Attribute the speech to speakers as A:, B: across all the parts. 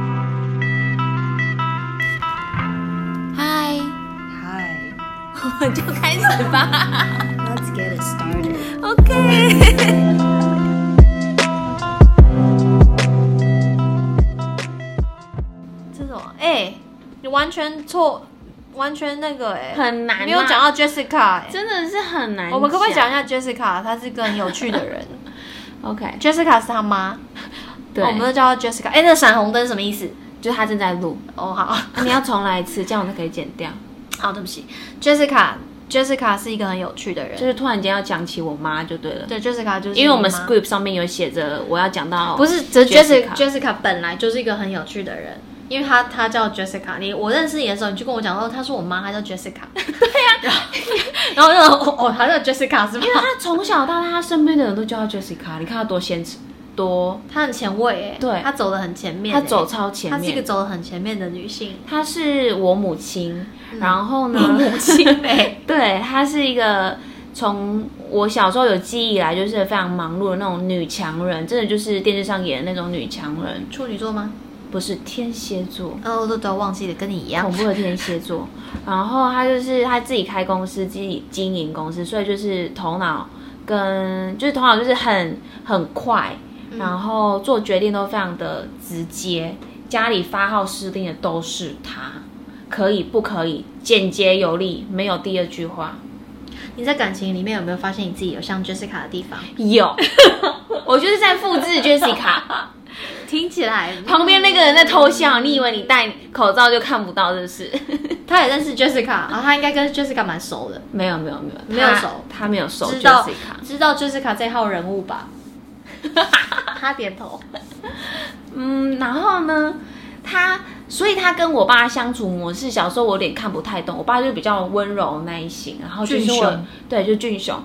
A: 们就开始吧。
B: Let's get it started.
A: OK，这种哎、你完全错，完全那个哎、
C: 很难啊
A: 没有讲到 Jessica、哎
C: 真的是很难。
A: 我们可不可以讲一下 Jessica？她是一个很有趣的 人。
C: ？OK，
A: Jessica 是她妈，哦
C: 对，
A: 我们都叫她 Jessica。哎、那闪红灯什么意思？
C: 就是他正在录，
A: 哦，好，
C: 你要重来一次，这样我就可以剪掉。
A: 好，对不起，Jessica。Jessica 是一个很有趣的人，
C: 就是突然间要讲起我妈就对了，
A: 对 Jessica 就是
C: 因为我们
A: 你妈
C: script 上面有写着我要讲到，
A: 不是，只是 Jessica
C: Jessica
A: Jessica 本来就是一个很有趣的人，因为她她叫 Jessica，你我认识你的时候，你就跟我讲说，她说我妈她叫 Jessica，对呀、啊然后 然后我就哦哦，她叫 Jessica 是吗
C: 因？为他从小到大，他身边的人都叫他 Jessica，你看他多先知多，
A: 她很前卫哎，
C: 对
A: 她走的很前面欸，
C: 他走超前
A: 她是一个
C: 面。
A: 走的很前面的女性，
C: 他是我母亲，
A: 嗯
C: 然后呢，
A: 哎，
C: 对，她是一个从我小时候有记忆以来就是非常忙碌的那种女强人，真的就是电视上演的那种女强人，
A: 处女座吗？
C: 不是天蝎座。
A: 哦，我都都忘记了，跟你一样
C: 恐，怖的天蝎座， 然后他就是他自己开公司，自己经营公司，所以就是头脑跟就是头脑就是很很快，然后做决定都非常的直接，家里发号施令的都是他，可以不可以，简洁有力，没有第二句话。
A: 你在感情里面有没有发现你自己有像 Jessica 的地方？
C: 有，我就是在复制 Jessica。
A: 听起来
C: 旁边那个人在偷笑，你以为你戴口罩就看不到，是不是？
A: 他也认识 Jessica，然后他应该跟 Jessica 蛮熟的，
C: 没有没有没有
A: 没有
C: 他
A: 熟
C: 他没有熟
A: 知道
C: Jessica。
A: 知道哦 Jessica 这号人物吧？ 他点头。
C: 嗯，然后呢，他，所以他跟我爸相处模式，小时候我有点看不太懂。我爸就比较温柔那一型，然后就是
A: 俊
C: 我
A: 雄
C: 对，就俊雄，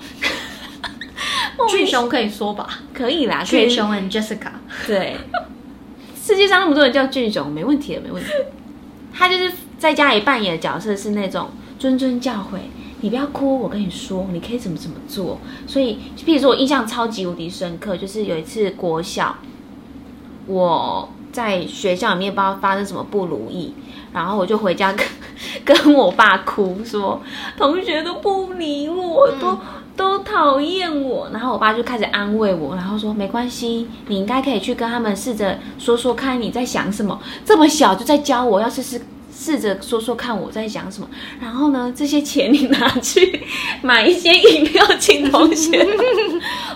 A: 俊雄可以说吧，
C: 可以啦，可以
A: 俊雄 and Jessica，
C: 对，世界上那么多人叫俊雄，没问题的，没问 题。他就是在家里扮演的角色是那种谆谆教诲，你不要哭，我跟你说，你可以怎么怎么做。所以，譬如说我印象超级无敌深刻，就是有一次国小，我在学校里面不知道发生什么不如意，然后我就回家跟 跟我爸哭说，同学都不理我，都、
A: 嗯
C: 都讨厌我。然后我爸就开始安慰我，然后说没关系，你应该可以去跟他们试着说说看你在想什么。这么小就在教我，要试试。试着说说看我在想什么，然后呢，这些钱你拿去买一些饮料请同 学。我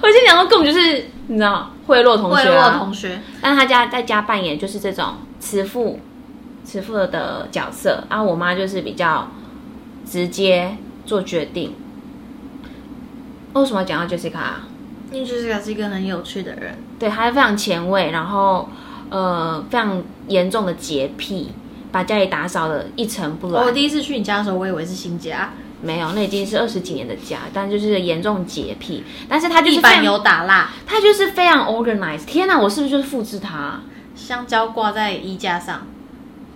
C: 就想说，根本就是你知道贿赂同
A: 贿
C: 学、
A: 赂
C: 啊，
A: 同学，
C: 但他家在家扮演就是这种慈父慈父的角色，然后我妈就是比较直接做决定。为什么要讲到 Jessica？啊
A: 因为 Jessica 是一个很有趣的人，
C: 对，她非常前卫，然后呃非常严重的洁癖，把家里打扫的一尘不染。
A: 哦我第一次去你家的时候，我以为是新家，
C: 没有，那已经是二十几年的家，但就是严重洁癖。但是她就是
A: 地
C: 非常
A: 板有打蜡，
C: 她就是非常 organized。天哪，我是不是就是复制她啊？
A: 香蕉挂在衣架上，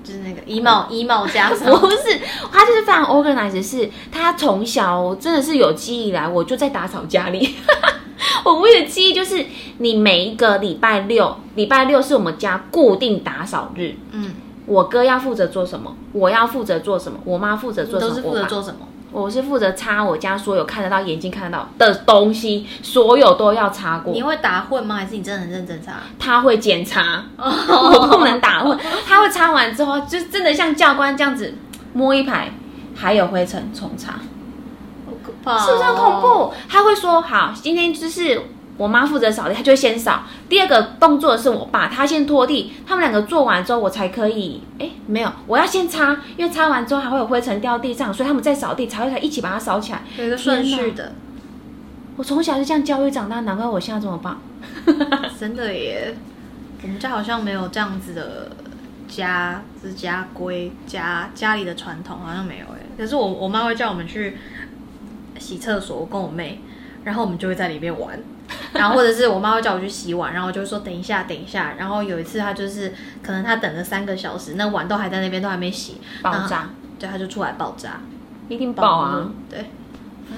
A: 就是那个衣 帽衣帽架上。
C: 不是，他就是非常 organized，是他从小真的是有记忆以来，我就在打扫家里。 我唯一的记忆就是，你每一个礼拜六，礼拜六是我们家固定打扫日。
A: 嗯，
C: 我哥要负责做什么，我要负责做什么，我妈负责
A: 你
C: 做什么，
A: 都是负
C: 我
A: 责
C: 爸
A: 做什么？
C: 我是负责擦我家所有看得到、眼睛看得到的东西，所有都要擦过。
A: 你会打混吗？还是你真的很认真擦？
C: 他会检查，我不能打混。他会擦完之后，就真的像教官这样子摸一排，还有灰尘重擦，
A: 好可怕、哦
C: 是不是很恐？怖？他会说好，今天就是我妈负责扫地，他就会先扫。第二个动作是我爸，他先拖地，他们两个做完之后，我才可以。哎，没有，我要先擦，因为擦完之后还会有灰尘掉地上，所以他们在扫地才会一起把它扫起来。
A: 有一个顺序的，
C: 我从小就这样教育长大，难怪我现在这么 棒。
A: 真的耶。我们家好像没有这样子的家，就是家规、家家里的传统好像没有哎。可是我我妈会叫我们去洗厕所，我跟我妹，然后我们就会在里面 玩。然后或者是我妈会叫我去洗碗，然后我就会说等一下，等一下。然后有一次她就是可能她等了三个小时，那碗都还在那边都还没洗，
C: 爆炸，
A: 对，她就出来爆炸，
C: 一定爆啊！
A: 对，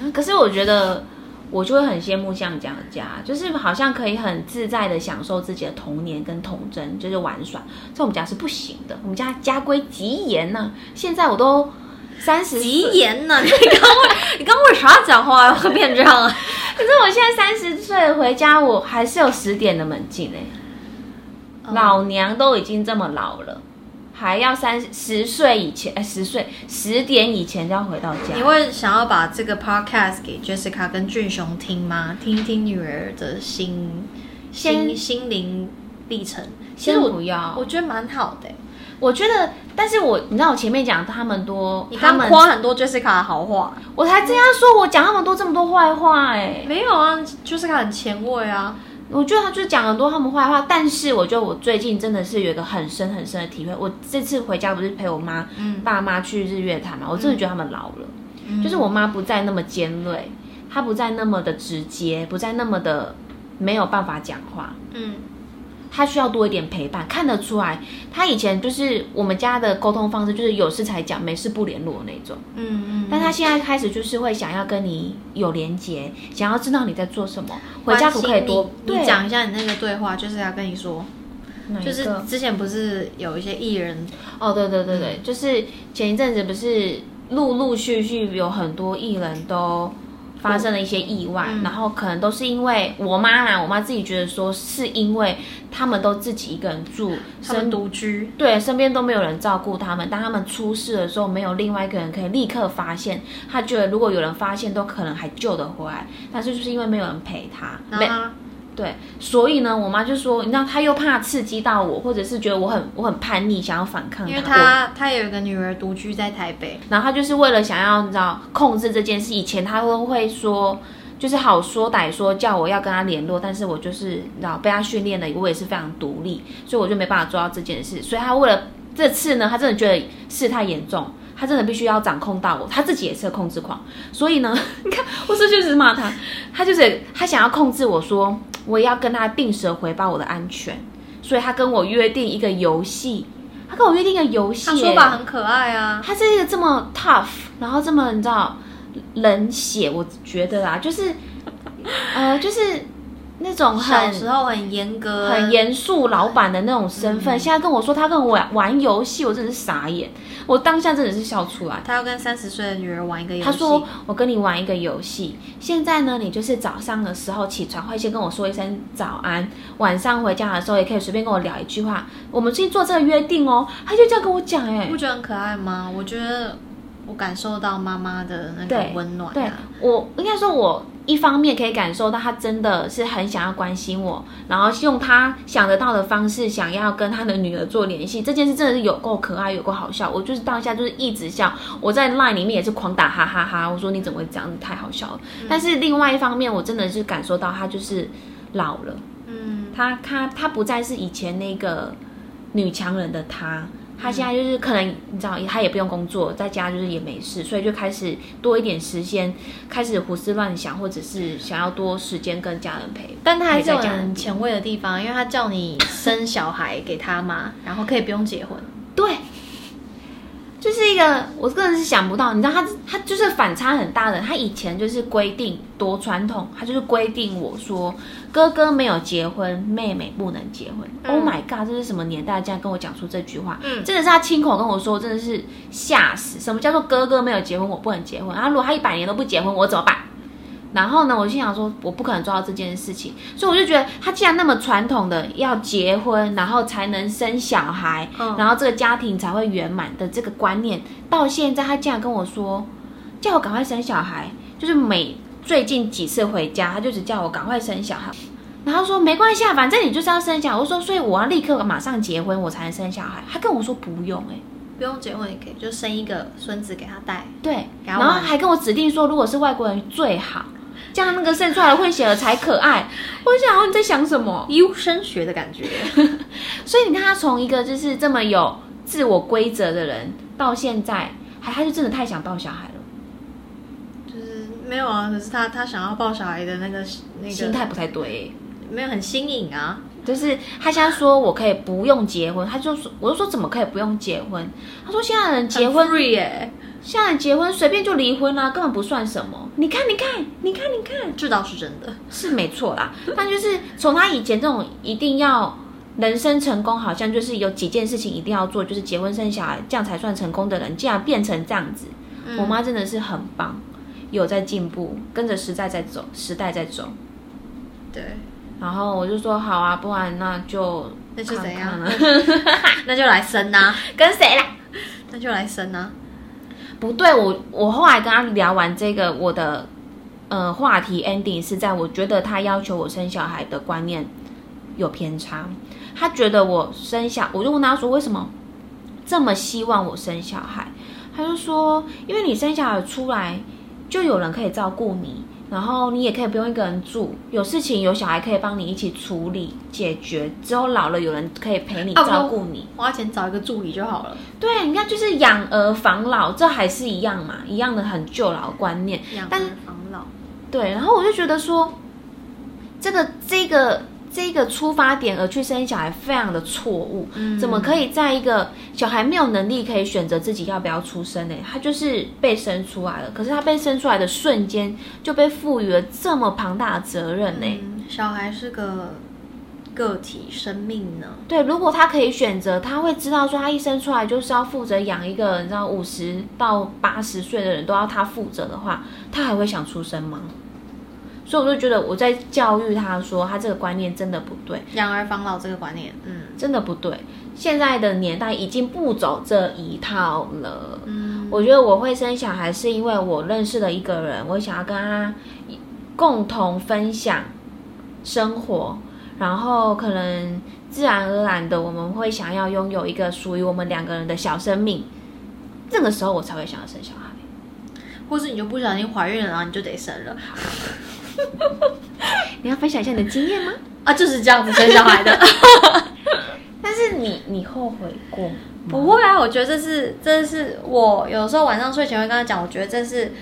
C: 嗯可是我觉得我就会很羡慕像这样的家，就是好像可以很自在的享受自己的童年跟童真，就是玩耍。在我们家是不行的，我们家家规极严呢、现在我都三十
A: 极言呢、你刚为你刚为啥讲话会变这样啊？
C: 可是我现在三十岁回家，我还是有十点的门禁哎、
A: 哦
C: 老娘都已经这么老了，还要三十岁以前，哎、十岁十点以前就要回到家。
A: 你会想要把这个 podcast 给 Jessica 跟俊雄听吗？听听女儿的心
C: 先
A: 心心灵历程。其
C: 先
A: 实我
C: 不要，
A: 我
C: 我
A: 觉得蛮好的欸、
C: 我觉得，但是我你知道我前面讲他们多，
A: 你
C: 他
A: 刚
C: 们
A: 夸很多 Jessica 的好话，
C: 我才这样说，我讲那么多这么多坏话哎、
A: 没有啊，Jessica 很前卫啊。
C: 我觉得他就是讲很多他们坏话，但是我觉得我最近真的是有一个很深很深的体会。我这次回家不是陪我妈、
A: 嗯
C: 爸妈去日月潭嘛，我真的觉得他们老了，
A: 嗯
C: 就是我妈不再那么尖锐，她不再那么的直接，不再那么的没有办法讲话，
A: 嗯
C: 她需要多一点陪伴，看得出来。她以前就是我们家的沟通方式，就是有事才讲，没事不联络那种。
A: 嗯嗯，
C: 但她现在开始就是会想要跟你有连结，想要知道你在做什么，回家可不可以多
A: 关心你
C: 对
A: 你讲一下你那个对话，Jessica 跟你说，
C: 哪一
A: 就是
C: 个
A: 之前不是有一些艺人，
C: 哦，对对对对，就是前一阵子不是陆陆续续有很多艺人都发生了一些意外，然后可能都是因为我妈啦，我妈自己觉得说是因为他们都自己一个人住，
A: 他们
C: 身
A: 独居，
C: 对身边都没有人照顾他们，当他们出事的时候，没有另外一个人可以立刻发现，她觉得如果有人发现，都可能还救得回来，但是就是因为没有人陪她，
A: 然
C: 没
A: 后他
C: 对，所以呢，我妈就说，你知道，她又怕刺激到我，或者是觉得我很我很叛逆，想要反抗她，
A: 因为
C: 我
A: 他他有一个女儿独居在台北，
C: 然后他就是为了想要你知道控制这件事，以前他都会说，就是好说歹说叫我要跟他联络，但是我就是你知道被他训练了，我也是非常独立，所以我就没办法做到这件事。所以他为了这次呢，他真的觉得事态严重，他真的必须要掌控到我，他自己也是个控制狂，所以呢， 你看我是不是就是骂他，他就是他想要控制我说，我也要跟他定时地回报我的安全，所以他跟我约定一个游戏。他跟我约定一个游戏、
A: 他说法很可爱啊，
C: 他是一个这么 tough，然后这么你知道冷血，我觉得啦，就是呃，就是那种
A: 小
C: 很
A: 时候很严格，
C: 很严肃老板的那种身
A: 嗯
C: 份。现在跟我说他跟我玩玩游戏，我真的是傻眼，我当下真的是笑出来。
A: 他要跟三十岁的女儿玩一个游戏。
C: 他说：“我跟你玩一个游戏，现在呢，你就是早上的时候起床会先跟我说一声早安，晚上回家的时候也可以随便跟我聊一句话。我们最近做这个约定哦。”他就这样跟我讲、欸，哎，
A: 不觉得很可爱吗？我觉得我感受到妈妈的那个
C: 对
A: 温暖、啊。
C: 对我应该说，我一方面可以感受到他真的是很想要关心我，然后用他想得到的方式，想要跟他的女儿做联系。这件事真的是有够可爱，有够好笑。我就是当下就是一直笑，我在
A: 嗯
C: LINE 里面也是狂打哈哈哈我说你怎么会这样？你太好笑了。
A: 嗯
C: 但是另外一方面，我真的是感受到他就是老了。
A: 嗯，
C: 她她她不再是以前那个女强人的她，她现在就是可能你知道，她也不用工作，在家就是也没事，所以就开始多一点时间，开始胡思乱想，或者是想要多时间跟家人陪。
A: 但他还是有
C: 陪在家
A: 很前卫的地方，因为他叫你生小孩给他嘛，然后可以不用结婚。
C: 对，就是一个我个人是想不到，你知道她她就是反差很大的。她以前就是规定多传统，她就是规定我说哥哥没有结婚，妹妹不能结婚。
A: 嗯
C: oh my god，这是什么年代？竟然跟我讲出这句话，
A: 嗯
C: 真的是他亲口跟我说，真的是吓死。什么叫做哥哥没有结婚，我不能结婚？啊，如果他一百年都不结婚，我怎么办？然后呢，我心想说，我不可能做到这件事情，所以我就觉得他既然那么传统的要结婚，然后才能生小孩，
A: 嗯
C: 然后这个家庭才会圆满的这个观念，到现在他竟然跟我说，叫我赶快生小孩，就是每最近几次回家，他就只叫我赶快生小孩。然后说没关系啊，反正你就是要生小孩。我说，所以我要立刻马上结婚，我才能生小孩。他跟我说不用哎、
A: 不用结婚也可以，就生一个孙子给他带。
C: 对，
A: 然
C: 然
A: 后
C: 后
A: 呢
C: 还跟我指定说，如果是外国人最好，这样那个生出来的混血儿才可爱。我就想说你在想什么？
A: 优生学的感觉，
C: 所以你看，他从一个就是这么有自我规则的人，到现在，还他就真的太想抱小孩了，
A: 就是没有啊。可是他他想要抱小孩的那个那个
C: 心态不太对欸、
A: 没有很新颖啊。
C: 就是他现在说我可以不用结婚，他就说，我就说怎么可以不用结婚？他说现在人结婚
A: 很 free 耶、
C: 现在人结婚随便就离婚啦、啊根本不算什么。你看，你看，你看，你看，
A: 这倒是真的。
C: 是没错啦。但就是从他以前这种一定要人生成功，好像就是有几件事情一定要做，就是结婚生小孩，这样才算成功的人，竟然变成这样子。
A: 嗯
C: 我妈真的是很棒，有在进步，跟着时代在走，时代在走。
A: 嗯对，
C: 然后我就说好啊，不然那就
A: 那就怎样
C: 看看啊
A: 那就来生呐、
C: 跟谁啦？
A: 那就来生啊呐、
C: 不对，我我后来跟他聊完这个，我的呃话题 ending 是在我觉得他要求我生小孩的观念有偏差。他觉得我生小，我就问他说为什么这么希望我生小孩？他就说，因为你生小孩出来就有人可以照顾你，然后你也可以不用一个人住，有事情有小孩可以帮你一起处理解决，之后老了有人可以陪你
A: 啊不
C: 照顾你。
A: 花钱找一个助理就好了。
C: 对，你看，就是养儿防老，这还是一样嘛，一样的很旧老观念。
A: 养
C: 但
A: 儿防老，
C: 对，然后我就觉得说，这个这个这个出发点而去生小孩非常的错误。
A: 嗯
C: 怎么可以在一个小孩没有能力可以选择自己要不要出生呢？他就是被生出来了，可是他被生出来的瞬间就被赋予了这么庞大的责任呢？
A: 嗯，小孩是个个体生命呢。
C: 对，如果他可以选择，他会知道说他一生出来就是要负责养一个，你知道五十到八十岁的人都要他负责的话，他还会想出生吗？所以我就觉得我在教育他说，他这个观念真的不对，
A: 养儿防老这个观念，嗯
C: 真的不对。现在的年代已经不走这一套了。
A: 嗯，
C: 我觉得我会生小孩是因为我认识了一个人，我想要跟他共同分享生活，然后可能自然而然的我们会想要拥有一个属于我们两个人的小生命，这个时候我才会想要生小孩。
A: 嗯或是你就不小心怀孕了，然后你就得生了
C: 你要分享一下你的经验吗？
A: 啊，就是这样子生小孩的。
C: 但是你你后悔过吗？
A: 不会啊，我觉得这是这是我有时候晚上睡前会跟他讲，我觉得这是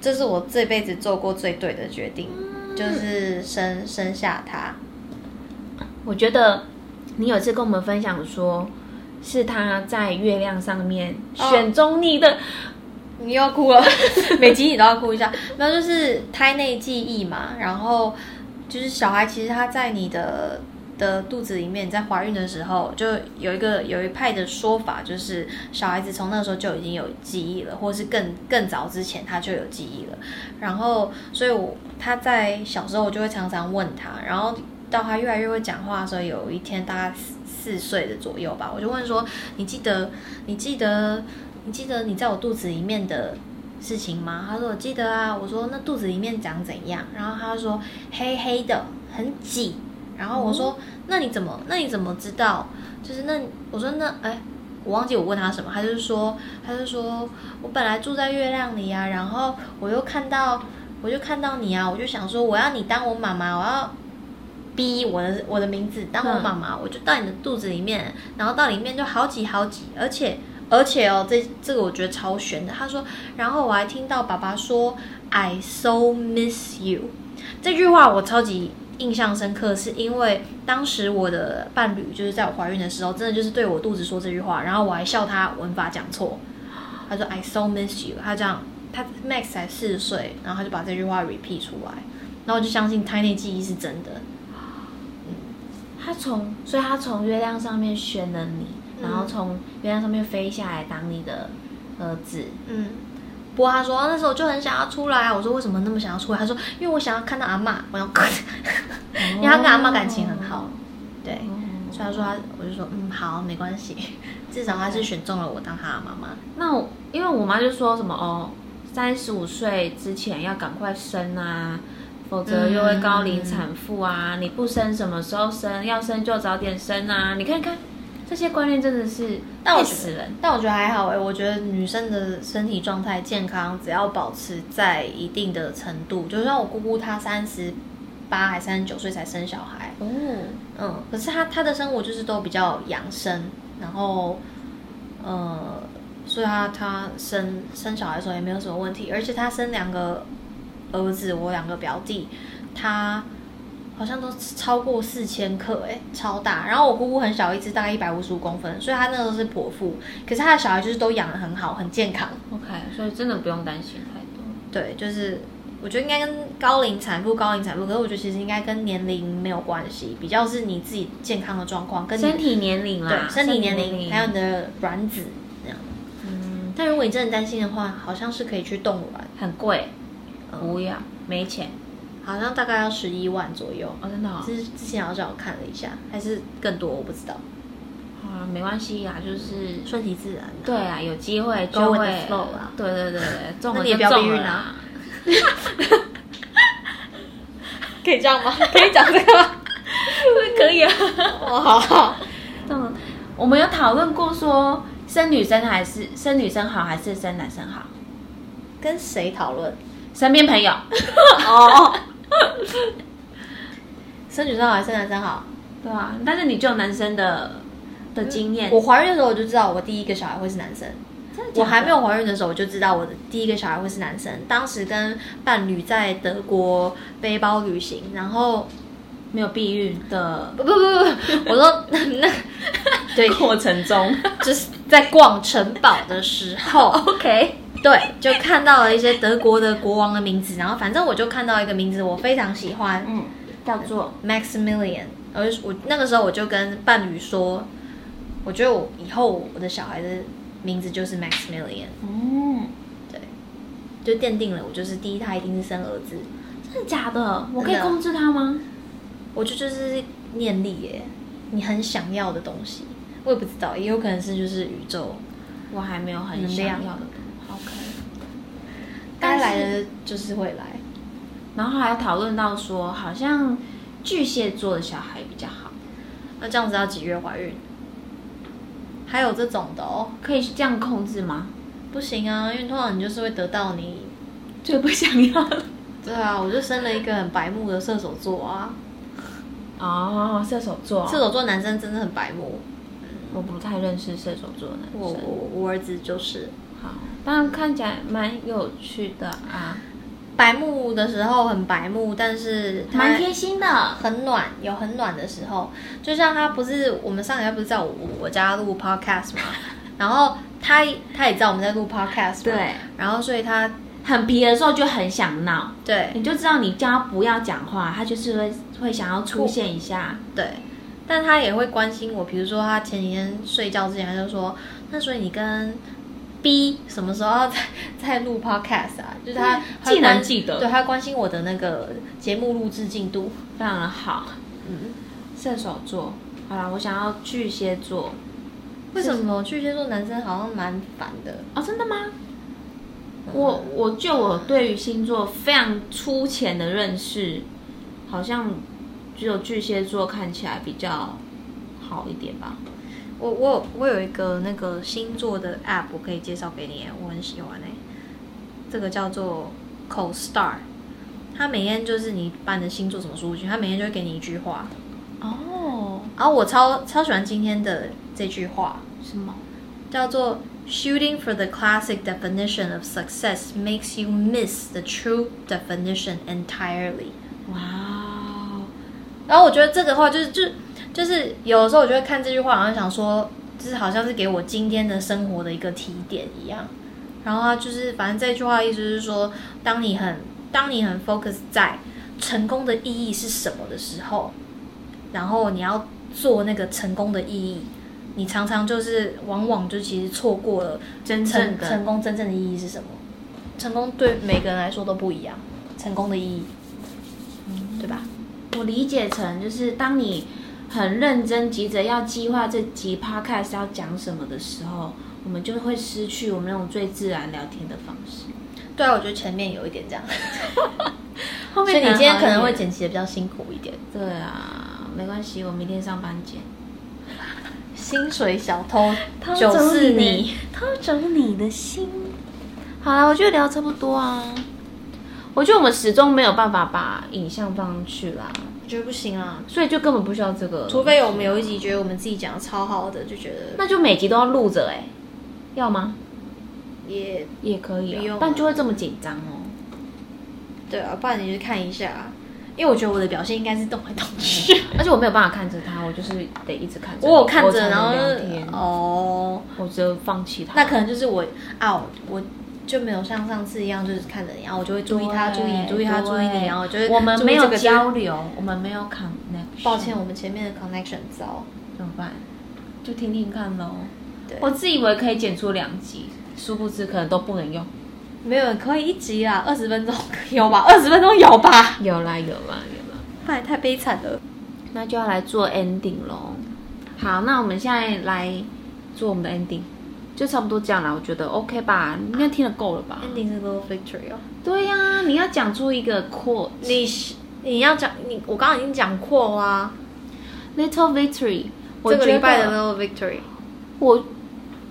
A: 这是我这辈子做过最对的决定，就是生生下他。
C: 我觉得你有一次跟我们分享说，是他在月亮上面
A: 哦
C: 选中你的。
A: 你又要哭了， 每集你都要哭一下。没有，就是胎内记忆嘛，然后就是小孩其实他在你的的肚子里面，你在怀孕的时候，就有一个有一派的说法，就是小孩子从那时候就已经有记忆了，或是更更早之前他就有记忆了。然后，所以我他在小时候，我就会常常问他，然后到他越来越会讲话的时候，有一天大概四四岁的左右吧，我就问说：“你记得，你记得，你记得你在我肚子里面的事情吗？”他说：“我记得啊。”我说：“那肚子里面长怎样？”然后他说：“黑黑的，很挤。”然后我说：“那你怎么？那你怎么知道？就是那我说那哎。”我忘记我问他什么，他就说，他就说我本来住在月亮里啊，然后我又看到，我就看到你啊，我就想说我要你当我妈妈，我要逼我的我的名字当我妈妈，我就到你的肚子里面，然后到里面就好挤好挤，而且而且哦，这这个我觉得超悬的。他说，然后我还听到爸爸说 I so miss you 这句话，我超级。印象深刻，是因为当时我的伴侣就是在我怀孕的时候，真的就是对我肚子说这句话，然后我还笑他文法讲错，他说 I so miss you，他这样，他 Max 才四岁，然后他就把这句话 repeat 出来，然后我就相信胎内记忆是真的，
C: 他从，所以他从月亮上面选了你，
A: 嗯
C: 然后从月亮上面飞下来当你的儿子。
A: 嗯，不过他说那时候我就很想要出来啊，我说为什么那么想要出来？他说因为我想要看到阿嬷，我要， 因为他跟阿嬷感情很好，对，所以他说他，我就说嗯好，没关系，至少他是选中了我当他的妈妈，
C: 那我因为我妈就说什么哦，三十五岁之前要赶快生啊，否则又会高龄产妇
A: 嗯
C: 啊。你不生什么时候生？要生就早点生啊！你看看这些观念真的是
A: 但我
C: 害
A: 觉得
C: 死人。
A: 但我觉得还好哎、我觉得女生的身体状态健康，只要保持在一定的程度，就像我姑姑她三十八还三十九岁才生小孩，
C: 哦，
A: 嗯，可是她她的生活就是都比较养生，然后呃，所以她她生生小孩的时候也没有什么问题，而且她生两个儿子，我两个表弟，她。好像都超过四千克，哎，超大。然后我姑姑很小一只，大概一百五十五公分，所以她那时候是剖腹。可是她的小孩就是都养得很好，很健康。
C: OK，所以真的不用担心太多。
A: 对，就是我觉得应该跟高龄产妇、高龄产妇，可是我觉得其实应该跟年龄没有关系，比较是你自己健康的状况，跟你的
C: 身体年龄啦，
A: 对身体年龄，还有你的卵子这样。
C: 嗯，
A: 但如果你真的担心的话，好像是可以去冻卵，
C: 很贵，不要，没钱。
A: 好像大概要十一万左右。
C: 哦，真的、哦，
A: 之之前好像我看了一下，还是更多，我不知道。
C: 好啊，没关系呀、就是
A: 顺其自然、啊。
C: 对啊，有机会
A: Go
C: 就
A: with
C: 会
A: the flow 啦
C: 对对对对，中
A: 那
C: 了
A: 你也
C: 就啊
A: 不要避
C: 中
A: 孕
C: 了啦
A: 啊。 可以这样吗？可以讲这个 吗？
C: 可以啊，
A: 哦，好好。
C: 中了。我们有讨论过说，生女生还是生女生好，还是生男生好？
A: 跟谁讨论？
C: 身边朋友，
A: 哦， 生女生好还是生男生好？
C: 对啊，但是你就有男生的的经验，
A: 我怀孕的时候我就知道我第一个小孩会是男生。
C: 真的假的
A: 我还没有怀孕的时候，我就知道我的第一个小孩会是男生。当时跟伴侣在德国背包旅行，然后
C: 没有避孕的
A: 不不不不，我说 那对，
C: 过程中
A: 就是在逛城堡的时候，
C: ，OK，
A: 对，就看到了一些德国的国王的名字，然后反正我就看到一个名字我非常喜欢，
C: 嗯，叫做
A: Maximilian，我就我那个时候我就跟伴侣说，我觉得我以后我的小孩的名字就是 Maximilian，
C: 嗯，
A: 对，就奠定了我就是第一胎一定是生儿子，
C: 真的假的？我可以
A: 真的
C: 控制他吗？
A: 我觉得就是念力耶，你很想要的东西，我也不知道，也有可能是就是宇宙
C: 我还没有很
A: 能
C: 想
A: 量
C: 要的，OK。
A: 该
C: 但是
A: 来的就是会来，
C: 然后还讨论到说，好像巨蟹座的小孩比较好，
A: 那这样子要几月怀孕？还有这种的哦，
C: 可以这样控制吗？
A: 不行啊，因为通常你就是会得到你，
C: 最不想要的
A: 对啊，我就生了一个很白目的射手座啊。
C: 哦，射手座，
A: 射手座男生真的很白目，
C: 我不太认识射手座的男
A: 我
C: 生，
A: 我我儿子就是
C: 好，但看起来蛮有趣的啊，
A: 白目的时候很白目，但是他
C: 蛮贴心的，
A: 很暖，有很暖的时候。就像他不是我们上礼拜不是在我我家录 podcast 嘛， 然后他他也知道我们在录 podcast，嘛
C: 对，
A: 然后所以他
C: 很皮的时候就很想闹，
A: 对
C: 你就知道你叫他不要讲话，他就是会会想要出现一下，
A: 对，但他也会关心我，比如说他前几天睡觉之前他就说，那所以你跟。B 什么时候 要再再录 podcast 啊？就是他他
C: 既能
A: 关
C: 记得
A: 对他关心我的那个节目录制进度。
C: 非常的好。
A: 嗯，
C: 射手座，好啦，我想要巨蟹座
A: 为什么巨蟹座男生好像蛮烦的？
C: 哦，真的吗？我我就我对于星座非常粗浅的认识，好像只有巨蟹座看起来比较好一点吧。
A: 我我有我有一个那个星座的 app，我可以介绍给你，我很喜欢哎、这个叫做 CoStar，它每天就是你把你的星座什么输进去，它每天就会给你一句话。
C: 哦，
A: 然后我超超喜欢今天的这句话，
C: 什么？
A: 叫做 Shooting for the classic definition of success makes you miss the true definition entirely。
C: 哇哦，
A: 然后我觉得这个话就是就就是有的时候我就会看这句话，好像想说，就是好像是给我今天的生活的一个提点一样。然后他就是反正这句话的意思是说，当你很当你很 focus 在成功的意义是什么的时候，然后你要做那个成功的意义，你常常就是往往就其实错过了
C: 真正
A: 成
C: 的
A: 成功真正的意义是什么。成功对每个人来说都不一样，成功的意义，嗯对吧？
C: 我理解成就是当你很认真急着要计划这集 podcast 要讲什么的时候，我们就会失去我们那种最自然聊天的方式。
A: 对啊，我觉得前面有一点 这样，
C: 后
A: 所
C: 面
A: 以你今天可能会剪
C: 剪。
A: 辑的比较辛苦一点，
C: 对啊，没关系，我明天上班见。
A: 薪水小偷
C: 九
A: 九
C: 四
A: 四
C: 你
A: 你，
C: 偷走你的心。好了，我觉得聊差不多啊。我觉得我们始终没有办法把影像放上去啦，
A: 我 觉得不行啊，
C: 所以就根本不需要这个。
A: 除非我们有一集觉得我们自己讲的超好的，就觉得
C: 那就每集都要录着哎、要吗？
A: 也
C: 也可以、
A: 不用
C: 啊
A: 啊，
C: 但就会这么紧张哦。
A: 对啊，不然你就看一下啊，因为我觉得我的表现应该是动来动去，
C: 而且我没有办法看着他，我就是得一直看着你。
A: 嗯 我有看
C: 才
A: 着，
C: 能
A: 然后
C: 聊天，
A: 哦，
C: 我只有放弃他。
A: 那可能就是我啊，我就没有像上次一样，就是看着你，然啊后我就会注意他，
C: 对
A: 注意你，注意他，
C: 对
A: 注意你，然后我就会
C: 我们没有
A: 注意这个
C: 交流，我们没有 connection。
A: 抱歉，我们前面的 connection 糟，
C: 怎么办？就听听看喽
A: 对。
C: 我自以为可以剪出两集，殊不知可能都不能用。
A: 没有可以一集啊，二十分钟 有吧？二十分钟有吧？
C: 有啦有啦有啦，
A: 不然太悲惨了。
C: 那就要来做 ending 喽。好，那我们现在来做我们的 ending，就差不多这样啦。我觉得 OK 吧，应该听得够了吧？
A: Ending 是 Little Victory 哦。
C: 对呀、你要讲出一个 quote
A: 你你要讲你，我刚刚已经讲过啊，
C: little victory。我
A: 这个
C: 觉
A: 礼拜
C: 得
A: 的 Little Victory。
C: 我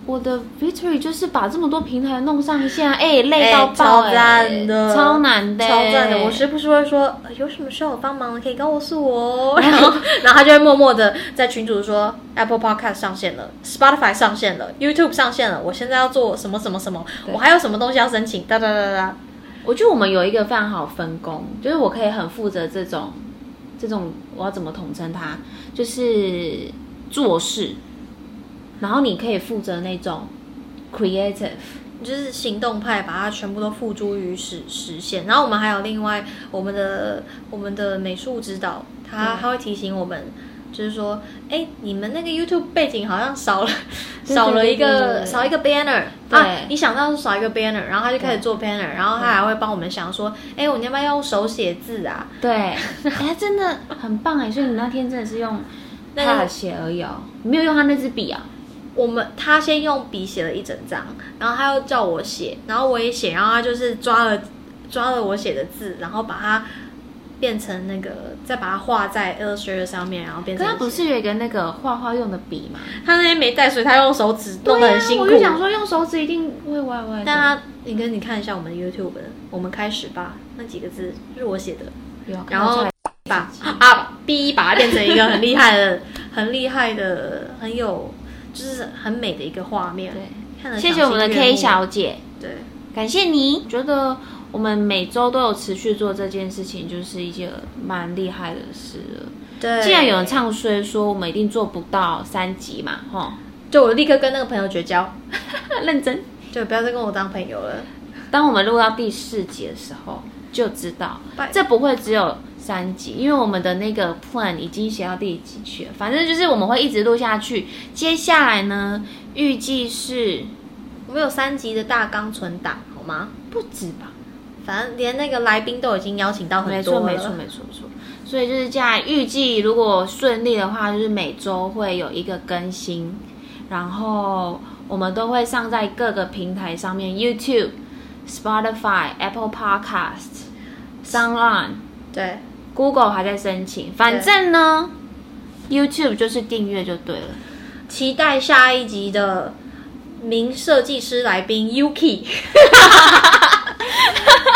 C: 我的 victory 就是把这么多平台弄上线啊，哎、累到爆、
A: 超
C: 哎
A: 赞的，
C: 超难的、欸
A: 超赞的。我时不时会说，呃有什么需要我帮忙的，可以告诉我哦。然 后，然后他就会默默的在群主说，Apple Podcast 上线了，Spotify 上线了，YouTube 上线了，我现在要做什么什么什么，
C: 对
A: 我还有什么东西要申请，哒哒哒哒。
C: 我觉得我们有一个非常好分工，就是我可以很负责这种这种我要怎么统称它，就是做事，然后你可以负责那种 creative。
A: 就是行动派，把它全部都付诸于实实现。然后我们还有另外我们的我们的美术指导，他
C: 对
A: 他会提醒我们，就是说，哎，你们那个 YouTube 背景好像少了
C: 对
A: 少了一
C: 对对对
A: 个
C: 对
A: 少一个 banner
C: 对
A: 啊，你想到是少一个 banner，然后他就开始
C: 对
A: 做 banner，然后他还会帮我们想说，哎，我们要不要用手写字啊？
C: 对，哎、真的很棒哎！所以你那天真的是用
A: 那个
C: 他的写而已哦，你没有用他那支笔啊。
A: 我们他先用笔写了一整张，然后他又叫我写，然后我也写，然后他就是抓了抓了我写的字，然后把它变成那个，再把它画在 Illustrator 上面，然后变
C: 可
A: 成。
C: 他不是有一个那个画画用的笔吗？
A: 他那天没带，所以他用手指弄得
C: 对
A: 很
C: 啊
A: 辛苦。
C: 我就想说用手指一定会歪歪的。
A: 但他你跟你看一下我们的 YouTube，我们开始吧，那几个字是我写的，
C: 有啊
A: 然后把啊 B 把它变成一个很厉害的、很厉害的、很有就是很美的一个画面。
C: 对
A: 看得
C: 谢谢
A: 赏
C: 我
A: 心
C: 们的
A: 悦
C: K
A: 目
C: 小姐，
A: 对。
C: 感谢你。觉得我们每周都有持续做这件事情，就是一件蛮厉害的事了。
A: 对，
C: 既然有人，唱衰说我们一定做不到三级嘛，吼，
A: 就我立刻跟那个朋友绝交，
C: 认真。
A: 就不要再跟我当朋友了。
C: 当我们录到第四集的时候，就知道
A: 拜
C: 这不会只有三集，因为我们的那个 plan 已经写到第几去了。反正就是我们会一直录下去。接下来呢，预计是
A: 我们有三集的大纲存档，好吗？
C: 不止吧？
A: 反正连那个来宾都已经邀请到
C: 没
A: 很多
C: 错，
A: 了，
C: 没错，没错，没错。所以就是这样，预计如果顺利的话，就是每周会有一个更新，然后我们都会上在各个平台上面：YouTube、Spotify、Apple Podcast、Sound On。
A: 对
C: Google 还在申请，反正呢，YouTube 就是订阅就对了。
A: 期待下一集的名设计师来宾 Yuki，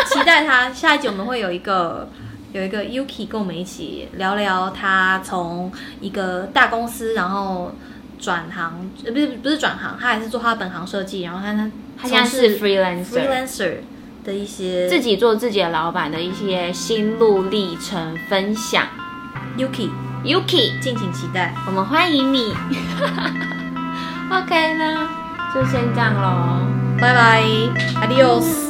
A: 期待他下一集我们会有一个。有一个 Yuki 跟我们一起聊聊他从一个大公司，然后转行，呃，不是不是转行，他还是做他本行设计，然后他他
C: 他现在
A: 从事
C: 是 freelancer，
A: freelancer 的一些
C: 自己做自己的老板的一些心路历程分享。
A: Yuki，
C: Yuki，
A: 敬请期待。
C: 我们欢 迎你。OK 啦，就先这样喽。
A: 拜拜，Adios。